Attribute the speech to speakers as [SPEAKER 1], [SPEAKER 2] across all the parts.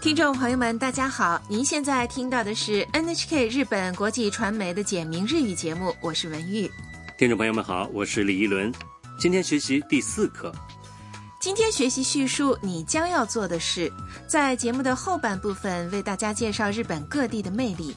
[SPEAKER 1] 听众朋友们，大家好！您现在听到的是 NHK 日本国际传媒的简明日语节目，我是文玉。
[SPEAKER 2] 听众朋友们好，我是李一伦。今天学习第四课，
[SPEAKER 1] 今天学习叙述你将要做的事，在节目的后半部分为大家介绍日本各地的魅力。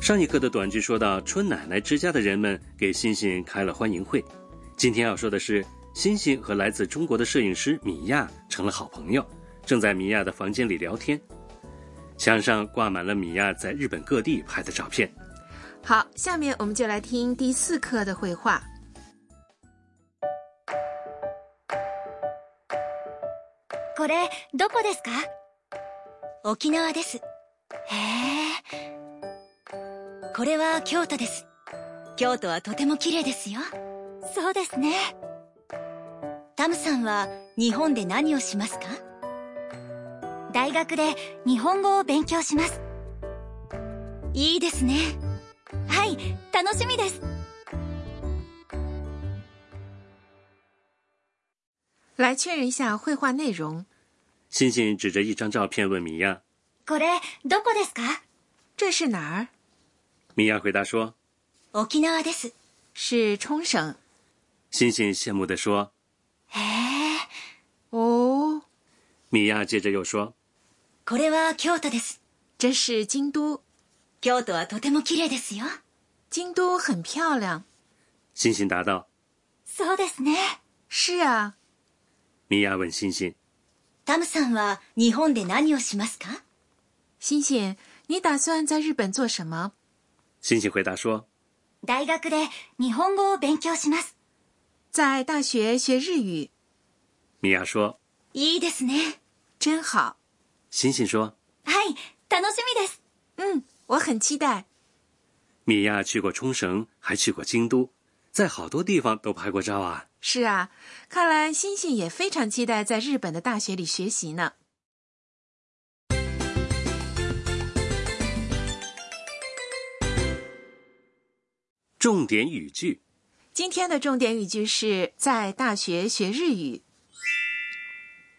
[SPEAKER 2] 上一课的短句说到春奶奶之家的人们给欣欣开了欢迎会。今天要说的是，欣欣和来自中国的摄影师米娅成了好朋友，正在米娅的房间里聊天。墙上挂满了米娅在日本各地拍的照片。
[SPEAKER 1] 好，下面我们就来听第四课的绘画。
[SPEAKER 3] これどこですか沖縄ですへえこれは京都です京都はとても綺麗ですよそうですねタムさんは日本で何をしますか大学で日本語を勉強しますいいですねはい楽しみです
[SPEAKER 1] 来确认一下绘画内容。
[SPEAKER 2] 欣欣指着一张照片问米娅，
[SPEAKER 3] これどこですか
[SPEAKER 1] 这是哪儿？
[SPEAKER 2] 米娅回答说
[SPEAKER 3] 沖縄です
[SPEAKER 1] 是冲绳。：“
[SPEAKER 2] 欣欣羡慕地说。
[SPEAKER 3] へえ
[SPEAKER 1] 哦，”
[SPEAKER 2] 米娅接着又说
[SPEAKER 3] これは京都です
[SPEAKER 1] 这是京都，
[SPEAKER 3] 京都はとても綺麗ですよ
[SPEAKER 1] 京都很漂亮。：“
[SPEAKER 2] 欣欣答道。
[SPEAKER 3] そうですね
[SPEAKER 1] 是啊，”
[SPEAKER 2] 米娅问欣欣
[SPEAKER 3] タムさんは日本で何をしますか
[SPEAKER 1] 欣欣，你打算在日本做什么？：“
[SPEAKER 2] 欣欣回答说。
[SPEAKER 3] 大学で日本語を勉強します
[SPEAKER 1] 在大学学日语，”
[SPEAKER 2] 米娅说
[SPEAKER 3] いいですね。
[SPEAKER 1] 真好。：“
[SPEAKER 2] 欣欣说。”
[SPEAKER 3] はい、楽しみです。
[SPEAKER 1] 嗯，我很期待。
[SPEAKER 2] 米娅去过冲绳，还去过京都，在好多地方都拍过照啊。
[SPEAKER 1] 是啊，看来欣欣也非常期待在日本的大学里学习呢。
[SPEAKER 2] 重点语句：
[SPEAKER 1] 今天的重点语句是在大学学日语，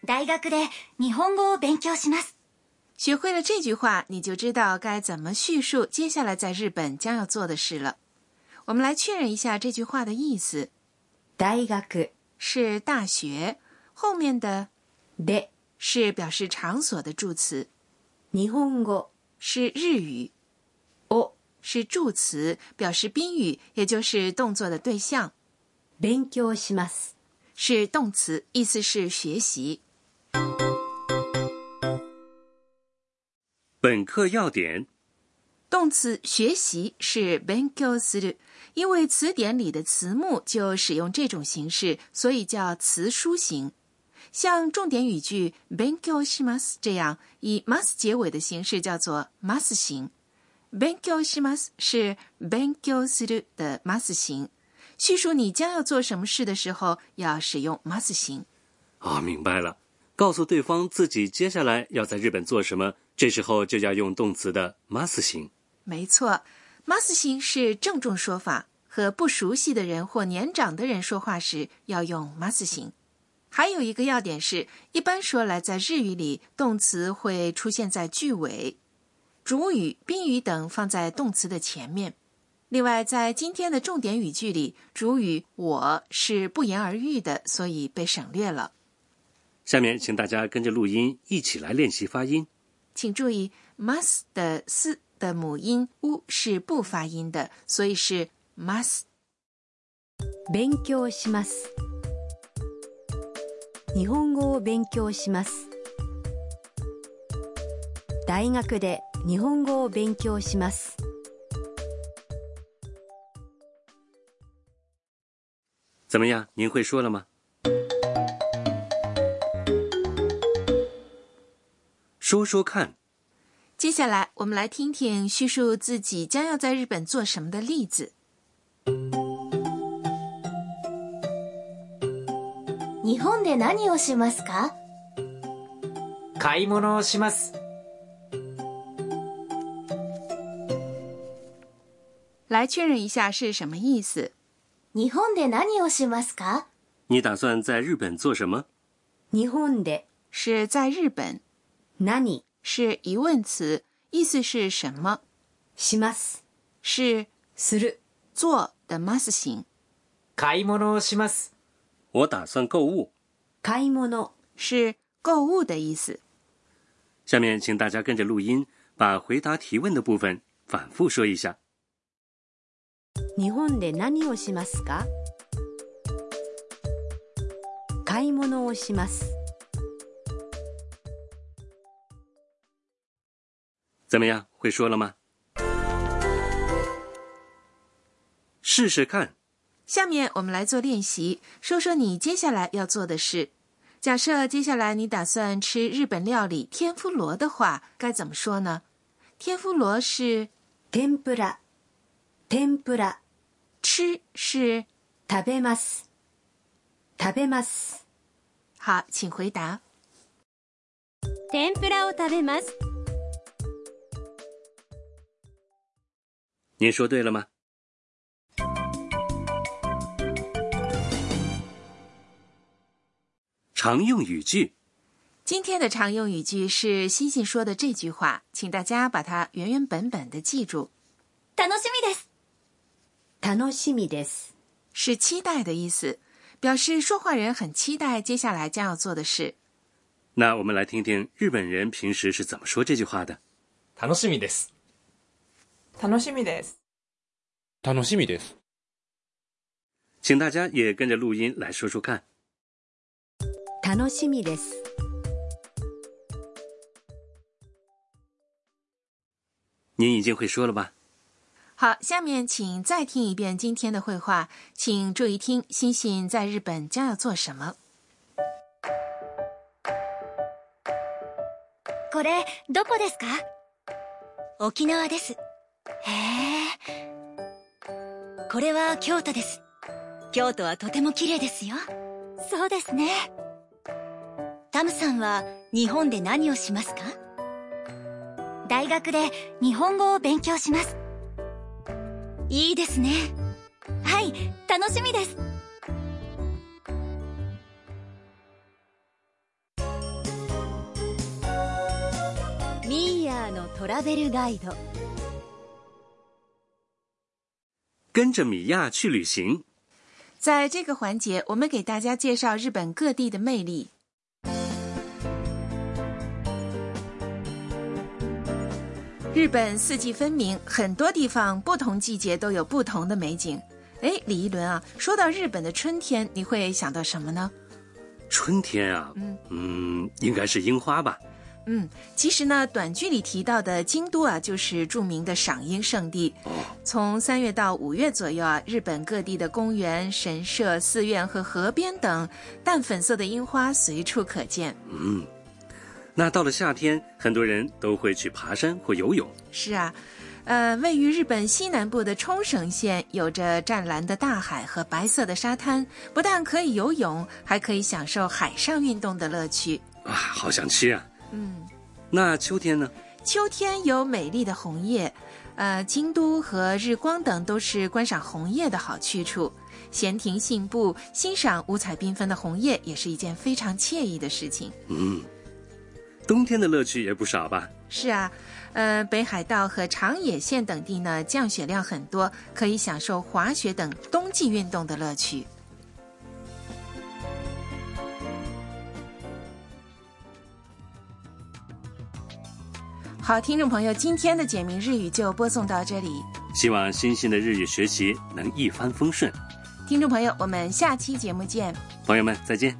[SPEAKER 3] 大学で日本語を勉強します。
[SPEAKER 1] 学会了这句话，你就知道该怎么叙述接下来在日本将要做的事了。我们来确认一下这句话的意思
[SPEAKER 3] 大学
[SPEAKER 1] 是大学，后面的
[SPEAKER 3] で
[SPEAKER 1] 是表示场所的助词，
[SPEAKER 3] 日本語
[SPEAKER 1] 是日语，哦
[SPEAKER 3] を
[SPEAKER 1] 是助词，表示宾语，也就是动作的对象，
[SPEAKER 3] 勉強します。
[SPEAKER 1] 是动词，意思是学习。
[SPEAKER 2] 本课要点：
[SPEAKER 1] 动词学习是 benkyou 因为词典里的词目就使用这种形式，所以叫词书形。像重点语句 benkyou shimas 这样以 mas 结尾的形式叫做 mas 形。benkyou shimas 是 benkyou 的 mas 形。叙述你将要做什么事的时候，要使用 mas 形。
[SPEAKER 2] 啊、明白了。告诉对方自己接下来要在日本做什么，这时候就要用动词的 must 形。
[SPEAKER 1] 没错，mas 型是郑重说法，和不熟悉的人或年长的人说话时要用 mas 型。还有一个要点是，一般说来，在日语里，动词会出现在句尾，主语、宾语等放在动词的前面。另外，在今天的重点语句里，主语“我”是不言而喻的，所以被省略了。
[SPEAKER 2] 下面请大家跟着录音一起来练习发音。
[SPEAKER 1] 请注意，mas 的 s 的母音 u 是不发音的，所以是 mas
[SPEAKER 4] 勉強します日本語を勉強します大学で日本語を勉強します
[SPEAKER 2] 怎么样？您会说了吗？说说看，
[SPEAKER 1] 接下来，我们来听听叙述自己将要在日本做什么的例子。
[SPEAKER 3] 日本で何をしますか
[SPEAKER 5] 買い物をします
[SPEAKER 1] 来确认一下是什么意思。
[SPEAKER 6] 日本で何をしますか
[SPEAKER 2] 你打算在日本做什么？
[SPEAKER 4] 日本です
[SPEAKER 1] 在日本，
[SPEAKER 4] 何
[SPEAKER 1] 是疑问词，意思是什么？
[SPEAKER 4] します
[SPEAKER 1] 是
[SPEAKER 4] する
[SPEAKER 1] 做的 must 型，
[SPEAKER 5] 買い物をします。
[SPEAKER 2] 我打算购物。
[SPEAKER 4] 買い物
[SPEAKER 1] 是购物的意思。
[SPEAKER 2] 下面请大家跟着录音，把回答提问的部分反复说一下。
[SPEAKER 4] 日本で何をしますか買い物をします
[SPEAKER 2] 怎么样？会说了吗？试试看。
[SPEAKER 1] 下面我们来做练习，说说你接下来要做的事。假设接下来你打算吃日本料理天妇罗的话，该怎么说呢？天妇罗是
[SPEAKER 4] 天ぷら天ぷら
[SPEAKER 1] 吃是
[SPEAKER 4] 食べます食べます
[SPEAKER 1] 好，请回答。
[SPEAKER 3] 天ぷらを食べます。
[SPEAKER 2] 您说对了吗？常用语句，
[SPEAKER 1] 今天的常用语句是星星说的这句话，请大家把它原原本本的记住，
[SPEAKER 3] 楽しみです。
[SPEAKER 4] 楽しみです
[SPEAKER 1] 是期待的意思，表示说话人很期待接下来将要做的事。
[SPEAKER 2] 那我们来听听日本人平时是怎么说这句话的。
[SPEAKER 5] 楽しみです。
[SPEAKER 7] 楽しみです。
[SPEAKER 8] 楽しみです。
[SPEAKER 2] 请大家也跟着录音来说说看。
[SPEAKER 4] 楽しみです
[SPEAKER 2] 您已经会说了吧？
[SPEAKER 1] 好，下面请再听一遍今天的绘画，请注意听星星在日本将要做什么。
[SPEAKER 3] これ、どこですか沖縄です。へえ。これは京都です。京都はとても綺麗ですよ。そうですね。タムさんは日本で何をしますか大学で日本語を勉強します。いいですね。はい、楽しみです。ミーヤーのトラベルガイド。
[SPEAKER 2] 跟着米娅去旅行。
[SPEAKER 1] 在这个环节，我们给大家介绍日本各地的魅力。日本四季分明，很多地方不同季节都有不同的美景。哎，李一伦啊，说到日本的春天，你会想到什么呢？
[SPEAKER 2] 春天啊，嗯应该是樱花吧？
[SPEAKER 1] 嗯，其实呢，短剧里提到的京都啊，就是著名的赏樱圣地。从三月到五月左右啊，日本各地的公园、神社、寺院和河边等淡粉色的樱花随处可见。
[SPEAKER 2] 那到了夏天，很多人都会去爬山或游泳。
[SPEAKER 1] 是啊，呃，位于日本西南部的冲绳县有着湛蓝的大海和白色的沙滩，不但可以游泳，还可以享受海上运动的乐趣。
[SPEAKER 2] 啊，好想吃啊！嗯，那秋天呢？
[SPEAKER 1] 秋天有美丽的红叶，呃，京都和日光等都是观赏红叶的好去处。闲庭信步，欣赏五彩缤纷的红叶也是一件非常惬意的事情。
[SPEAKER 2] 冬天的乐趣也不少吧？
[SPEAKER 1] 是啊，呃，北海道和长野县等地呢，降雪量很多，可以享受滑雪等冬季运动的乐趣。好，听众朋友，今天的简明日语就播送到这里。
[SPEAKER 2] 希望欣欣的日语学习能一帆风顺。
[SPEAKER 1] 听众朋友，我们下期节目见。
[SPEAKER 2] 朋友们，再见。